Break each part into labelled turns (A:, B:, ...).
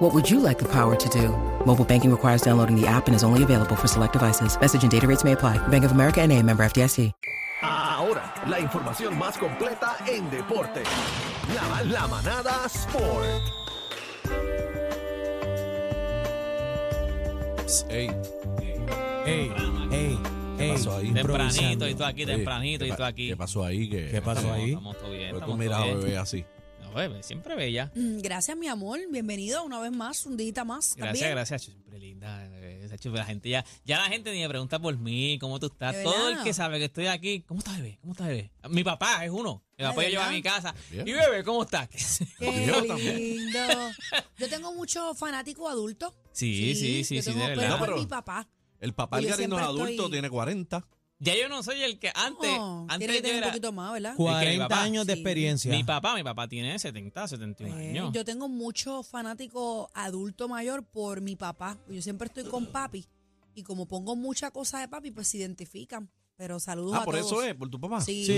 A: What would you like the power to do? Mobile banking requires downloading the app and is only available for select devices. Message and data rates may apply. Bank of America and a member FDIC.
B: Ahora, la información más completa en deporte. La, la manada Sport.
C: Ey,
D: Ey, ey, ey.
C: pasó ahí?
D: improvisando.
E: Tempranito y tú aquí,
C: Ey,
E: tempranito
C: ¿qué
E: y
C: pa-
E: tú aquí.
C: ¿Qué pasó ahí? ¿Qué,
D: ¿Qué pasó
C: Estamos-
D: ahí?
E: Estamos todo bien.
C: Porque tú
E: estamos
C: miras
E: todo
C: a
E: bien.
C: bebé así.
E: No, bebé, siempre bella.
F: Mm, Gracias, mi amor. Bienvenido una vez más, un día más.
E: Gracias,
F: también.
E: gracias. Chu, Siempre linda. bebé. Esa chu, La gente ya, ya la gente ni me pregunta por mí, cómo tú estás.
F: ¿De
E: Todo
F: verdad?
E: el que sabe que estoy aquí, ¿cómo estás, bebé? ¿Cómo estás, bebé? Ah, Mi papá es uno. Mi
F: Ah, ¿De
E: papá yo llevo a
F: verdad?
E: mi casa.
C: Bien.
E: Y bebé, ¿cómo estás? sí,
F: Qué
C: Yo también.
F: lindo. Yo tengo muchos fanáticos adultos.
E: sí, sí, sí,
F: yo tengo-
E: de
F: pero
E: verdad.
C: No,
F: por
C: pero-
F: mi papá.
C: El papá
F: Oye,
C: Algarino es
F: siempre
C: adulto,
F: estoy-
C: tiene 40.
E: Ya yo no soy el que antes.
F: No, Oh, tiene
E: antes
F: que
E: yo
F: tener
E: era.
F: un poquito más, ¿verdad?
E: Cu- Es que mi
D: 40
E: papá-
D: años de
F: Sí.
D: experiencia.
E: Mi papá, mi papá tiene 70, 71
F: Eh,
E: años.
F: yo tengo muchos fanáticos adulto mayor por mi papá. Yo siempre estoy con papi. Y como pongo mucha cosa de papi, pues se identifican. Pero saludos
C: Ah,
F: a
C: por
F: todos.
C: eso es, por tu papá.
F: Sí.
D: Sí.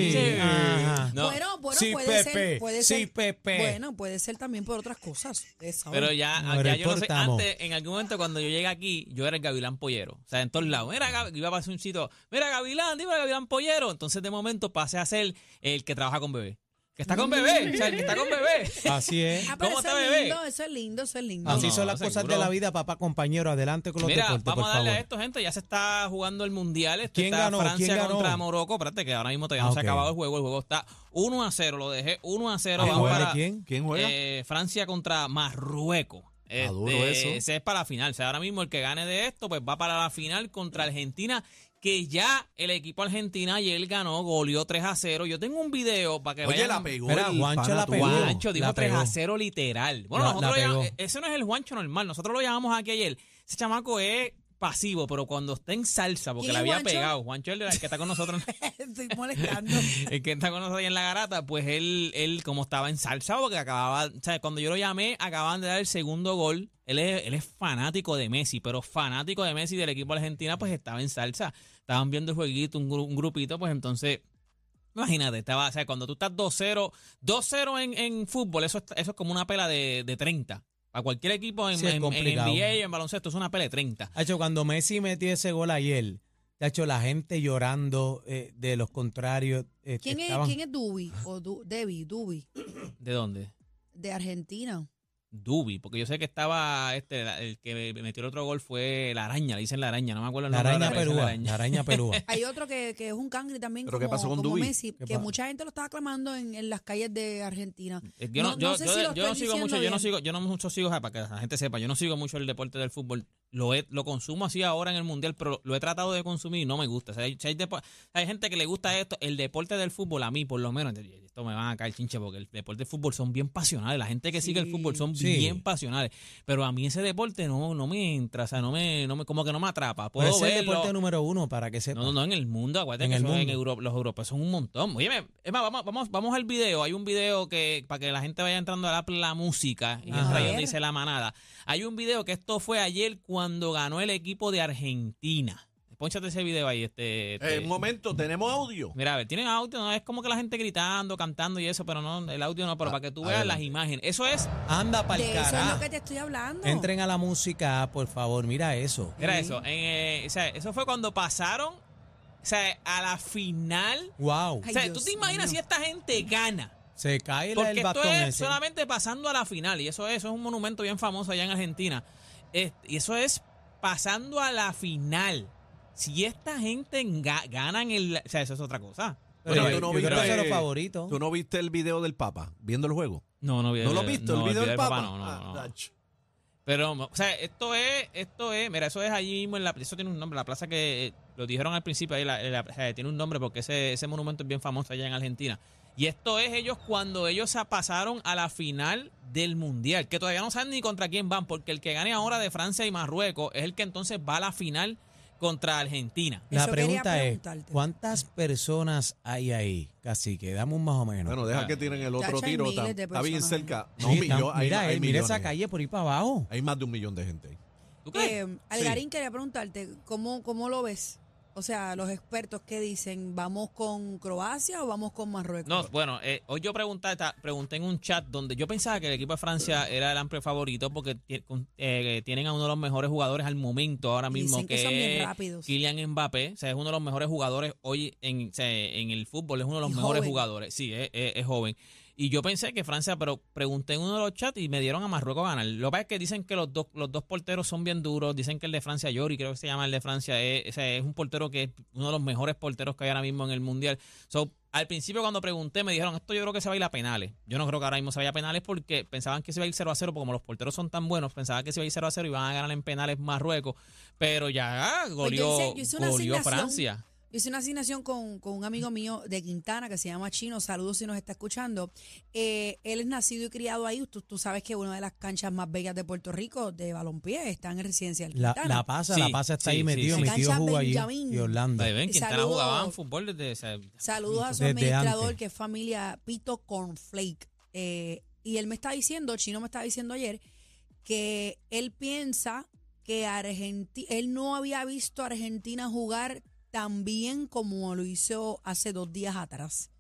D: Ajá.
E: No,
F: Bueno, bueno,
D: Sí,
F: puede
D: Pepe.
F: ser. Puede
D: Sí,
F: ser,
D: Pepe.
F: Bueno, puede ser también por otras cosas. ustedes saben.
E: Pero ya,
D: No, pero
E: ya yo no sé,
D: importamos.
E: antes, en algún momento cuando yo llegué aquí, yo era el gavilán pollero. O sea, en todos lados. Mira, Gav- iba a pasar un sitio, mira, gavilán, dime gavilán pollero. Entonces, de momento, pasé a ser el que trabaja con bebé. Que está con bebé, o sea, el que está con bebé.
D: Así es.
F: Ah, pero
E: ¿Cómo
F: eso
E: está,
F: es
E: bebé?
F: lindo, eso es lindo, eso es lindo.
D: Así
E: no,
D: son las cosas
E: seguro.
D: de la vida, papá, compañero. Adelante con los
E: Mira,
D: deportes,
E: vamos
D: por
E: a darle a
D: favor.
E: esto, gente. Ya se está jugando el mundial. Esto
D: ¿Quién
E: está
D: ganó?
E: Francia
D: ¿Quién ganó?
E: contra Morocco. Espérate, que ahora mismo todavía no
D: Ah, ok.
E: se ha acabado el juego. El juego está 1 a 0. Lo dejé 1 a 0.
D: Ah,
E: Vamos
D: ¿juega Ah,
E: para-
D: quién?
C: ¿Quién juega?
E: Eh, Francia contra Marruecos. Este,
C: duro eso.
E: Ese es para la final. O sea, ahora mismo el que gane de esto, pues va para la final contra Argentina, que ya el equipo argentina y él ganó, goleó 3 a 0. Yo tengo un video para que
C: Oye,
E: vean.
C: la pegó.
D: Espera,
C: el
D: Juancho
C: pana
D: la
C: tuyo.
D: pegó.
E: Juancho dijo
D: La
E: 3 a
D: pegó.
E: 0 literal. Bueno,
D: La- la
E: nosotros llam-
D: pegó.
E: eh, ese no es el Juancho normal. Nosotros lo llamamos aquí ayer. Ese chamaco es pasivo, pero cuando está en salsa, porque
F: ¿Quién
E: le
F: es
E: había
F: Juancho?
E: pegado. Juancho es el que está con nosotros.
F: Estoy molestando.
E: el que está con nosotros ahí en la garata, pues él, él como estaba ensalzado, porque acababa, o sea, cuando yo lo llamé, acababan de dar el segundo gol. Él es, él es fanático de Messi, pero fanático de Messi del equipo argentina, pues estaba en salsa. Estaban viendo el jueguito, un, gru- un grupito, pues entonces, imagínate, estaba, o sea, cuando tú estás 2-0, 2-0 en, en fútbol, eso, es- eso es como una pela de, de 30. A cualquier equipo en,
D: Sí, es
E: en- en
D: complicado.
E: NBA y en baloncesto es una pela de 30.
D: Hacho, cuando Messi metió ese gol ayer, hecho la gente llorando eh, de los contrarios. eh,
F: ¿Quién es,
D: estaban-
F: ¿quién es Dubi? O Du- Debbie, Dubi,
E: ¿De dónde?
F: de Argentina.
E: Dubi, porque yo sé que estaba este la- el que metió el otro gol fue la araña, le dicen la araña, no me acuerdo el
D: La
E: nombre
D: araña
E: ahora, pero dicen
D: perúa. La araña perúa.
F: Hay otro que, que es un cangre también
C: ¿Pero
F: como,
C: qué pasó con
F: como
C: Dubi?
F: Messi,
D: ¿Qué
F: que
D: pa-
F: mucha gente lo estaba clamando en, en las calles de Argentina.
E: Eh, Yo no,
F: No-
E: yo,
F: no sé
E: yo-
F: si lo
E: yo no
F: estoy
E: sigo mucho,
F: diciendo
E: yo no
F: bien.
E: sigo, yo no mucho sigo, ah, para que la gente sepa, yo no sigo mucho el deporte del fútbol. Lo, he- lo consumo así ahora en el mundial, pero lo he tratado de consumir y no me gusta. O sea, hay, si hay depo- hay gente que le gusta esto, el deporte del fútbol a mí, por lo menos. y Esto me van a caer chinche porque el deporte del fútbol son bien pasionales. La gente que sigue el
F: Sí,
E: fútbol son
D: sí.
E: bien pasionales. Pero a mí ese deporte no, no me entra, o sea, no me, no me, como que no me atrapa. Puedo
D: Pero ese es el
E: verlo.
D: deporte número uno, para que sepa.
E: No, no, no, en el mundo, acuérdate
D: En
E: que
D: el
E: eso en
D: mundo.
E: Europa, los europeos son un montón. Oye, es más, vamos, vamos, vamos al video. Hay un video que, para que la gente vaya entrando a la, la música, y
D: Ajá.
E: entra ahí
F: A ver.
E: donde dice la manada. Hay un video que esto fue ayer cuando ganó el equipo de Argentina. Pónchate ese video ahí, este.
C: Eh,
E: este.
C: un momento, tenemos audio.
E: Mira, a ver, tienen audio, no es como que la gente gritando, cantando y eso, pero no, el audio no, pero
C: Ah,
E: para que tú veas
C: adelante.
E: las imágenes. Eso es.
D: Anda
F: De
D: pa'l
F: eso es lo
D: carajo.
F: que te estoy hablando.
D: Entren a la música, por favor. Mira eso.
E: Mira eso. en, eh, o sea, eso fue cuando pasaron, o sea, a la final.
D: Wow.
E: O sea,
F: Ay,
E: tú
F: Dios
E: te imaginas
F: mío.
E: si esta gente gana.
D: Se cae la-
E: Porque
D: el
E: esto
D: bastón
E: es
D: ese.
E: solamente pasando a la final, y eso es, eso es un monumento bien famoso allá en Argentina. Es- y eso es pasando a la final. Si esta gente enga- ganan el. O sea, eso es otra cosa.
D: Pero
C: Pero
D: yo,
C: tú no
D: yo creo que
C: viste-
D: eso es lo favorito.
C: ¿Tú no viste el video del papá viendo el juego?
E: No, no vi
C: ¿No lo has visto?
E: Eh, no,
C: ¿El video del papá?
E: no, no,
C: Ah,
E: no.
C: tacho.
E: Pero, o sea, esto es, esto es, mira, eso es allí mismo en la eso tiene un nombre, la plaza que eh, lo dijeron al principio, ahí la- eh, la- o sea, tiene un nombre porque ese, ese monumento es bien famoso allá en Argentina. Y esto es ellos cuando ellos se pasaron a la final del Mundial, que todavía no saben ni contra quién van, porque el que gane ahora de Francia y Marruecos es el que entonces va a la final contra Argentina.
D: La
F: Eso quería
D: pregunta es,
F: preguntarte.
D: ¿cuántas personas hay ahí? Casi que damos más o menos.
C: Bueno,
E: Ah.
C: deja que tienen el otro
F: Chacho, hay
C: tiro.
F: miles
C: Está,
F: de
C: está bien
F: personas.
C: cerca.
D: Sí,
C: No,
D: están-
C: millón, hay,
D: mira,
C: hay
D: eh, mira
C: millones.
D: esa calle por ahí para abajo.
C: Hay más de un millón de gente. ahí.
E: ¿Tú crees?
F: Eh, Algarín, quería preguntarte, ¿cómo, ¿cómo lo ves? O sea, los expertos que dicen, ¿vamos con Croacia o vamos con Marruecos?
E: No, bueno, eh, hoy yo pregunté, ta- pregunté en un chat donde yo pensaba que el equipo de Francia era el amplio favorito porque ti- con- eh, que tienen a uno de los mejores jugadores al momento ahora
F: Y
E: mismo
F: dicen que son bien
E: es
F: rápidos.
E: Kylian Mbappé, o sea, es uno de los mejores jugadores hoy en, o sea, en el fútbol, es uno de los
F: Y
E: mejores
F: joven.
E: jugadores, sí, es, es- es joven. Y yo pensé que Francia, pero pregunté en uno de los chats y me dieron a Marruecos a ganar. Lo que pasa es que dicen que los dos, los dos porteros son bien duros, dicen que el de Francia, Yori, creo que se llama el de Francia, es, o sea, es un portero que es uno de los mejores porteros que hay ahora mismo en el Mundial. So, al principio cuando pregunté me dijeron, esto yo creo que se va a ir a penales. Yo no creo que ahora mismo se vaya a penales porque pensaban que se iba a ir 0 a 0, porque como los porteros son tan buenos, pensaban que se iba a ir 0 a 0 y van a ganar en penales Marruecos. Pero ya ah, goleó,
F: hice- Pues yo hice una
E: goleó
F: asignación.
E: Francia.
F: Hice una asignación con, con un amigo mío de Quintana que se llama Chino, saludos si nos está escuchando. Eh, él es nacido y criado ahí, tú, tú sabes que una de las canchas más bellas de Puerto Rico de balompié está en Residencia del
D: La,
F: Quintana.
D: la pasa, la
E: Sí,
D: pasa está ahí
E: sí, sí,
D: metido.
E: sí.
D: Mi
F: La
D: tío
F: cancha
D: jugó allí
F: Benjamín.
D: y Orlando.
E: Ahí ven,
F: Y
E: Quintana
F: saludo-
E: jugaba en fútbol desde... o sea,
F: Saludos a su
D: Desde
F: administrador,
D: antes.
F: que es familia Pito Cornflake. Eh, y él me está diciendo, Chino me estaba diciendo ayer, que él piensa que Argenti- él no había visto a Argentina jugar tan bien como lo hizo hace dos días atrás.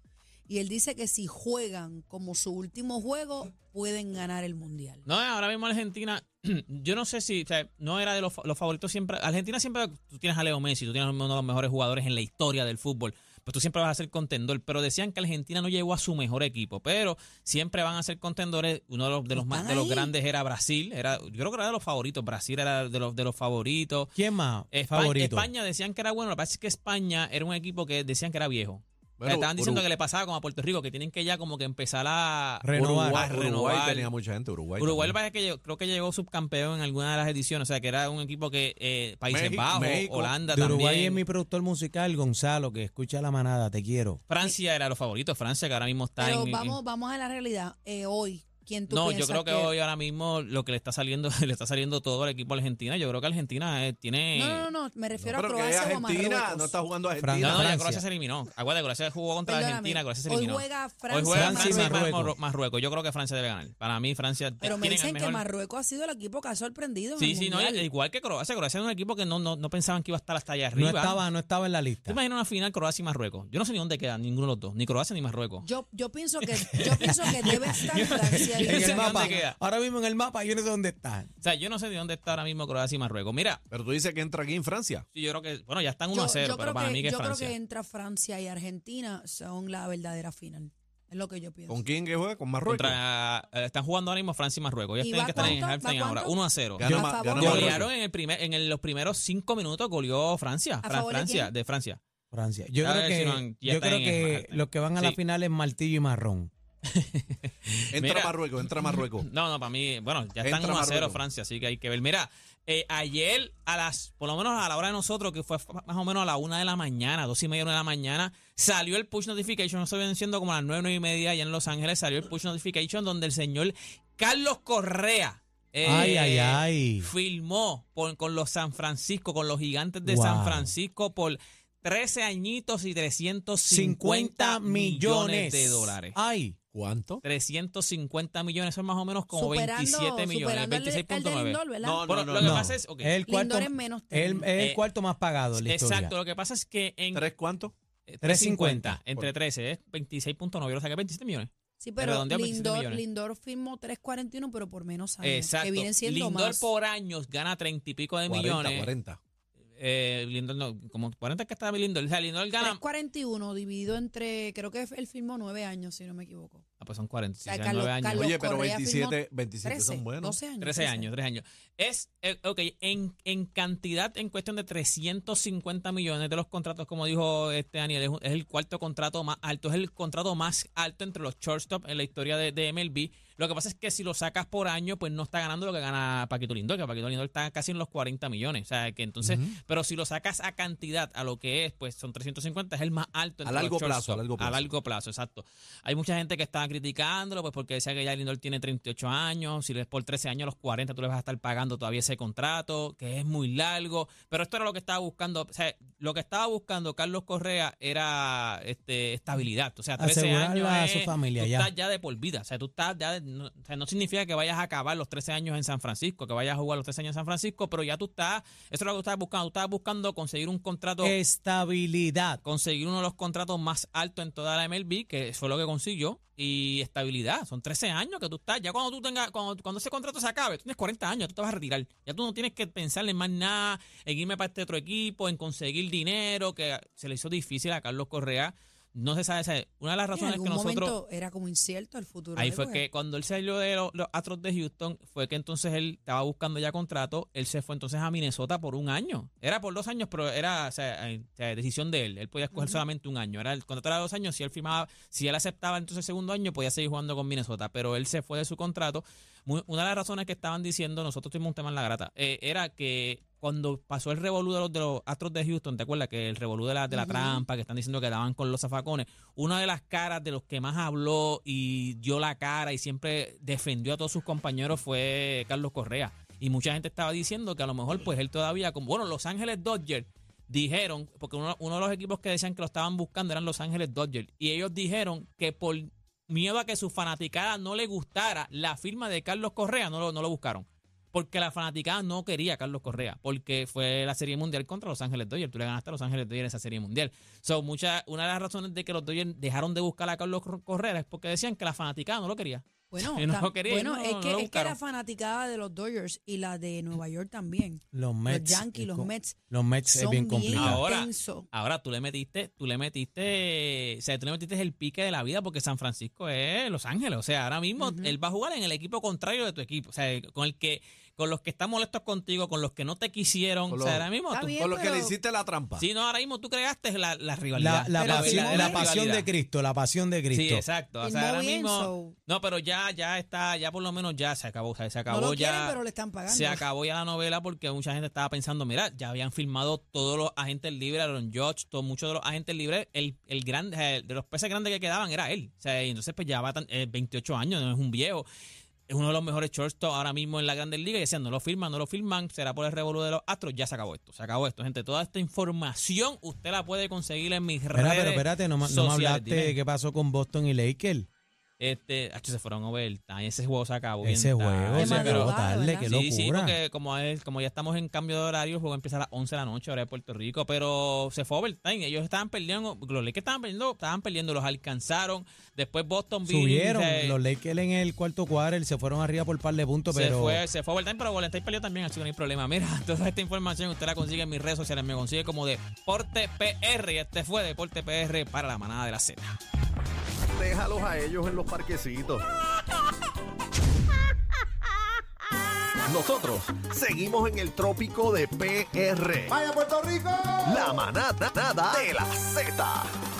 F: Y él dice que si juegan como su último juego, pueden ganar el Mundial.
E: No, ahora mismo Argentina, yo no sé si, o sea, no era de los, fa- los favoritos siempre. Argentina siempre, tú tienes a Leo Messi, tú tienes uno de los mejores jugadores en la historia del fútbol, pues tú siempre vas a ser contendor. Pero decían que Argentina no llegó a su mejor equipo, pero siempre van a ser contendores. Uno de los, de los, más,
F: Están
E: de los
F: ahí.
E: grandes era Brasil, era, yo creo que era de los favoritos, Brasil era de los, de los favoritos.
D: ¿Quién más?
E: Espa-
D: favorito.
E: España decían que era bueno, lo que pasa es que España era un equipo que decían que era viejo. O sea,
C: Bueno,
E: Estaban diciendo
C: Uru-
E: que le pasaba como a Puerto Rico, que tienen que ya como que empezar a
D: Renovar.
E: a
C: Uruguay, Uruguay
E: renovar.
C: tenía mucha gente. Uruguay.
E: Uruguay lo que
C: también.
E: pasa es que llegó- creo que llegó subcampeón en alguna de las ediciones, o sea que era un equipo que eh, Países
C: México-
E: Bajos,
C: México.
E: Holanda
D: De
E: también.
D: Uruguay es mi productor musical, Gonzalo, que escucha la manada, te quiero.
E: Francia era de los favoritos, Francia que ahora mismo está
F: Pero
E: en- en,
F: vamos, vamos a la realidad. Eh, hoy, ¿quién tú
E: No, yo
F: piensas
E: creo que, hoy ahora mismo lo que le está saliendo le está saliendo todo al equipo argentino. Yo creo que Argentina eh, tiene Ah,
F: No, no, no, me refiero
C: No,
F: a
C: pero que
F: Croacia o a
C: Argentina
F: Marruecos.
C: no está jugando
E: No,
C: Argentina.
E: no, ya
D: Francia.
E: Croacia se eliminó. Aguanta, Croacia jugó contra
F: Perdóname,
E: Argentina, Croacia se
F: hoy
E: eliminó.
F: juega
E: hoy juega
F: Francia y
E: Francia y Mar-
D: Marruecos.
E: Marruecos. Yo creo que Francia debe ganar. Para mí Francia
F: Pero me
E: tienen al
F: dicen que
E: mejor-
F: Marruecos ha sido el equipo que ha sorprendido. en
E: Sí,
F: el
E: sí, no,
F: Mundial.
E: igual que Croacia, Croacia es un equipo que no, no, no pensaban que iba a estar hasta allá
D: No
E: arriba.
D: estaba, no estaba en la
E: ¿Te
D: lista.
E: imaginas una final Croacia y Marruecos? Yo no sé ni dónde quedan ninguno de los dos, ni Croacia ni Marruecos.
F: Yo, yo pienso que yo pienso que debe estar Francia y
E: yo no
D: En
E: sé
D: el
E: dónde
D: mapa.
E: queda.
D: Ahora mismo en el mapa, yo no sé dónde está.
E: O sea, yo no sé de dónde está ahora mismo Croacia y Marruecos. Mira,
C: Pero tú dices que entra aquí en Francia.
E: sí, yo creo que, bueno, ya están
F: Yo-
E: 1 a 0,
F: yo
E: pero
F: creo
E: para
F: que-
E: mí que es
F: yo creo
E: Francia.
F: que entra Francia y Argentina son la verdadera final. Es lo que yo pienso.
C: ¿Con quién que juega? Con Marruecos.
E: Contra, eh, están jugando ahora mismo Francia y Marruecos. Ellos
F: ¿Y
E: tienen
F: va
E: que estar en
F: cuánto?
E: halftime
F: ¿Va
E: ahora,
F: cuánto?
E: 1 a 0.
F: Yo-
C: Gana,
F: A
C: Ma-
F: favor.
C: gana
F: Golearon
C: Marruecos.
E: Golearon en, el primer, en el- los primeros 5 minutos, goleó Francia. Fran-
F: favor de
E: Francia,
F: quién?
E: de Francia.
D: Francia. Yo
E: A
D: creo
E: ver si no
D: que,
E: han- ya
D: yo
E: están
D: creo
E: en
D: que
E: Esparta.
D: los que van a la
E: Sí.
D: final es martillo y marrón.
C: Entra
E: Mira.
C: Marruecos, entra Marruecos.
E: No, no, para mí, bueno, ya están 1
C: Entra
E: a 0
C: Marruecos.
E: Francia, así que hay que ver. Mira, eh, ayer, a las, por lo menos a la hora de nosotros, que fue fa- más o menos a la una de la mañana, dos y media, una de la mañana, salió el push notification, no se viene siendo como a las nueve, nueve y media, allá en Los Ángeles, salió el push notification donde el señor Carlos Correa. eh,
D: Ay, ay, ay.
E: Filmó por- con los San Francisco, con los gigantes de
D: Wow.
E: San Francisco por 13 añitos y 350 millones de dólares.
D: Ay,
C: ¿Cuánto?
E: 350 millones, son más o menos como
F: superando,
E: 27 millones,
F: superando el- el de
E: 26.9.
F: Lindor, ¿verdad?
C: No,
E: Bueno, lo que
D: no.
E: pasa es, ok,
D: es el cuarto,
F: Lindor es menos.
D: el, es el
E: Eh,
D: cuarto más pagado en la historia.
E: exacto, lo que pasa es que en
C: ¿Tres cuánto?
E: eh,
D: 350,
E: entre 13 es 26.9, o sea que 27 millones.
F: sí, pero
E: redondeado a 27
F: Lindor,
E: millones.
F: Lindor firmó 3.41, pero por menos años.
E: Exacto.
F: Que vienen siendo
E: Lindor
F: más.
E: por años gana 30 y pico de
C: 40,
E: millones.
C: 40.
E: Eh, Lindor no, como 40 que estaba Lindor, o sea, Lindor gana
F: 3.41 dividido entre, creo que él firmó nueve años, si no me equivoco.
E: Ah, pues son 40,
F: sea,
E: sí, son
F: Carlos-
E: nueve años.
F: Carlos-
C: Oye, pero
F: Correa firmó
C: 27, 27
F: 13,
C: son buenos.
F: 12 años.
E: 13 años, 3 años. Es, eh, ok, en, en cantidad, en cuestión de 350 millones de los contratos, como dijo este Daniel, es, un- es el cuarto contrato más alto, es el contrato más alto entre los shortstop en la historia de, de MLB. Lo que pasa es que si lo sacas por año, pues no está ganando lo que gana Paquito Lindor, que Paquito Lindor está casi en los 40 millones. O sea, que entonces, pero si lo sacas a cantidad, a lo que es, pues son 350, es el más alto.
C: A
E: entre
C: largo
E: los
C: plazo,
E: shortstop.
C: a largo plazo.
E: A largo plazo, exacto. Hay mucha gente que estaba criticándolo, pues porque decía que ya Lindor tiene 38 años, si le es por 13 años a los 40, tú le vas a estar pagando todavía ese contrato, que es muy largo. Pero esto era lo que estaba buscando, o sea, lo que estaba buscando Carlos Correa era este, estabilidad. O sea, 13
D: Asegurarle
E: años
D: a
E: es-
D: su familia
E: tú
D: ya.
E: estás ya de por vida. O sea, tú estás ya. de- no, o sea, no significa que vayas a acabar los 13 años en San Francisco, que vayas a jugar los 13 años en San Francisco, pero ya tú estás. Eso es lo que tú estabas buscando. Tú estabas buscando conseguir un contrato
D: Eh, Estabilidad.
E: conseguir uno de los contratos más altos en toda la MLB, que fue lo que consiguió, y estabilidad. Son 13 años que tú estás. Ya cuando tú tengas, cuando, cuando ese contrato se acabe, tú tienes 40 años, tú te vas a retirar. Ya tú no tienes que pensar en más nada, en irme para este otro equipo, en conseguir dinero, que se le hizo difícil a Carlos Correa. No se sabe, sabe, una de las
F: En
E: razones
F: algún
E: que nosotros...
F: momento era como incierto el futuro. ¿eh? Pues.
E: Ahí
F: de
E: fue
F: él,
E: que cuando él salió de los, los Astros de Houston, fue que entonces él estaba buscando ya contrato. Él se fue entonces a Minnesota por un año. Era por dos años, pero era o sea, eh, o sea, decisión de él. Él podía escoger solamente un año. Era el contrato era de dos años. Si él firmaba, si él aceptaba entonces el segundo año, podía seguir jugando con Minnesota. Pero él se fue de su contrato. Mu- una de las razones que estaban diciendo, nosotros tuvimos un tema en la grata, eh, era que cuando pasó el revolú de los, de los Astros de Houston, ¿te acuerdas? Que el revolú de la, de la trampa, que están diciendo que daban con los zafacones, una de las caras de los que más habló y dio la cara y siempre defendió a todos sus compañeros fue Carlos Correa. Y mucha gente estaba diciendo que a lo mejor pues él todavía, como, bueno, Los Ángeles Dodgers dijeron, porque uno, uno de los equipos que decían que lo estaban buscando eran Los Ángeles Dodgers, y ellos dijeron que por miedo a que su fanaticada no le gustara la firma de Carlos Correa, no lo, no lo buscaron. Porque la fanaticada no quería a Carlos Correa, porque fue la Serie Mundial contra Los Ángeles Dodgers. Tú le ganaste a Los Ángeles Dodgers en esa Serie Mundial. So, mucha, una de las razones de que los Dodgers dejaron de buscar a Carlos Cor- Correa es porque decían que la fanaticada no lo quería.
F: pues, Bueno,
E: No
F: tam-
E: quería,
F: bueno,
E: no,
F: es,
E: no
F: que,
E: lo
F: es que era
E: buscaron.
F: fanaticada de los Dodgers y la de Nueva York también.
D: Los Mets.
F: Yankees,
D: es
F: los
D: co-
F: Mets
D: Los Mets es
F: Son
D: bien
F: bien,
D: complicado.
E: Ahora-
F: intensos.
E: Ahora tú le metiste, tú le metiste, o sea, tú le metiste el pique de la vida porque San Francisco es Los Ángeles. O sea, ahora mismo él va a jugar en el equipo contrario de tu equipo. O sea, con el que, con los que están molestos contigo, con los que no te quisieron.
C: Con
E: o sea,
C: los-
E: ahora mismo
F: Está
E: tú-
F: bien,
C: Con lo que le
F: pero-
C: hiciste la trampa.
E: Sí, no, ahora mismo tú creaste la, la
D: La,
E: rivalidad.
D: la
F: Pero
D: pasión,
F: Simón
D: la
F: es-
D: pasión de Cristo, la pasión de Cristo.
E: Sí, exacto. O
F: Y
E: sea,
F: muy
E: ahora
F: bien,
E: mismo.
F: so.
E: No, pero ya, ya está, ya por lo menos ya se acabó. o sea, se acabó
F: no lo
E: ya.
F: quieren, pero le están pagando.
E: Se acabó ya la novela porque mucha gente estaba pensando, mira, ya habían firmado todos los agentes libres, Aaron Judge, todos muchos de los agentes libres, el, el grande, eh, de los peces grandes que quedaban era él. O sea, y entonces pues ya va tan- eh, 28 años, no es un viejo. Es uno de los mejores shortstop ahora mismo en la Grandes Ligas y decían, no lo firman, no lo firman, será por el revolú de los Astros, ya se acabó esto, se acabó esto, gente. Toda esta información usted la puede conseguir en mis
D: Espera,
E: redes
D: pero espérate, no, ma- no me
E: sociales.
D: hablaste
E: Dime.
D: de qué pasó con Boston y Lakers.
E: Este, hacho, se fueron overtime. Ese juego se acabó. bien
D: Ese juego
E: tarde,
D: se
F: madrugada,
D: acabó tarde,
F: ¿verdad?
D: qué
E: Sí, sí,
D: locura.
E: porque como, es, como ya estamos en cambio de horario, el juego empieza a las 11 de la noche, ahora de Puerto Rico, pero se fue overtime. Ellos estaban perdiendo, los Lakers estaban perdiendo, estaban perdiendo, los alcanzaron. Después Boston vino y
D: Subieron
E: se,
D: los Lakers en el cuarto cuadro, se fueron arriba por par de puntos,
E: eh, se
D: pero
E: fue, se fue overtime, pero overtime perdió también, así que no hay problema. Mira, toda esta información usted la consigue en mis redes sociales, me consigue como Deporte PR. Y Este fue Deporte PR para la manada de la Z.
B: Déjalos a ellos en los parquecitos. Nosotros seguimos en el trópico de PR.
G: ¡Vaya Puerto Rico!
B: La manada de la Z.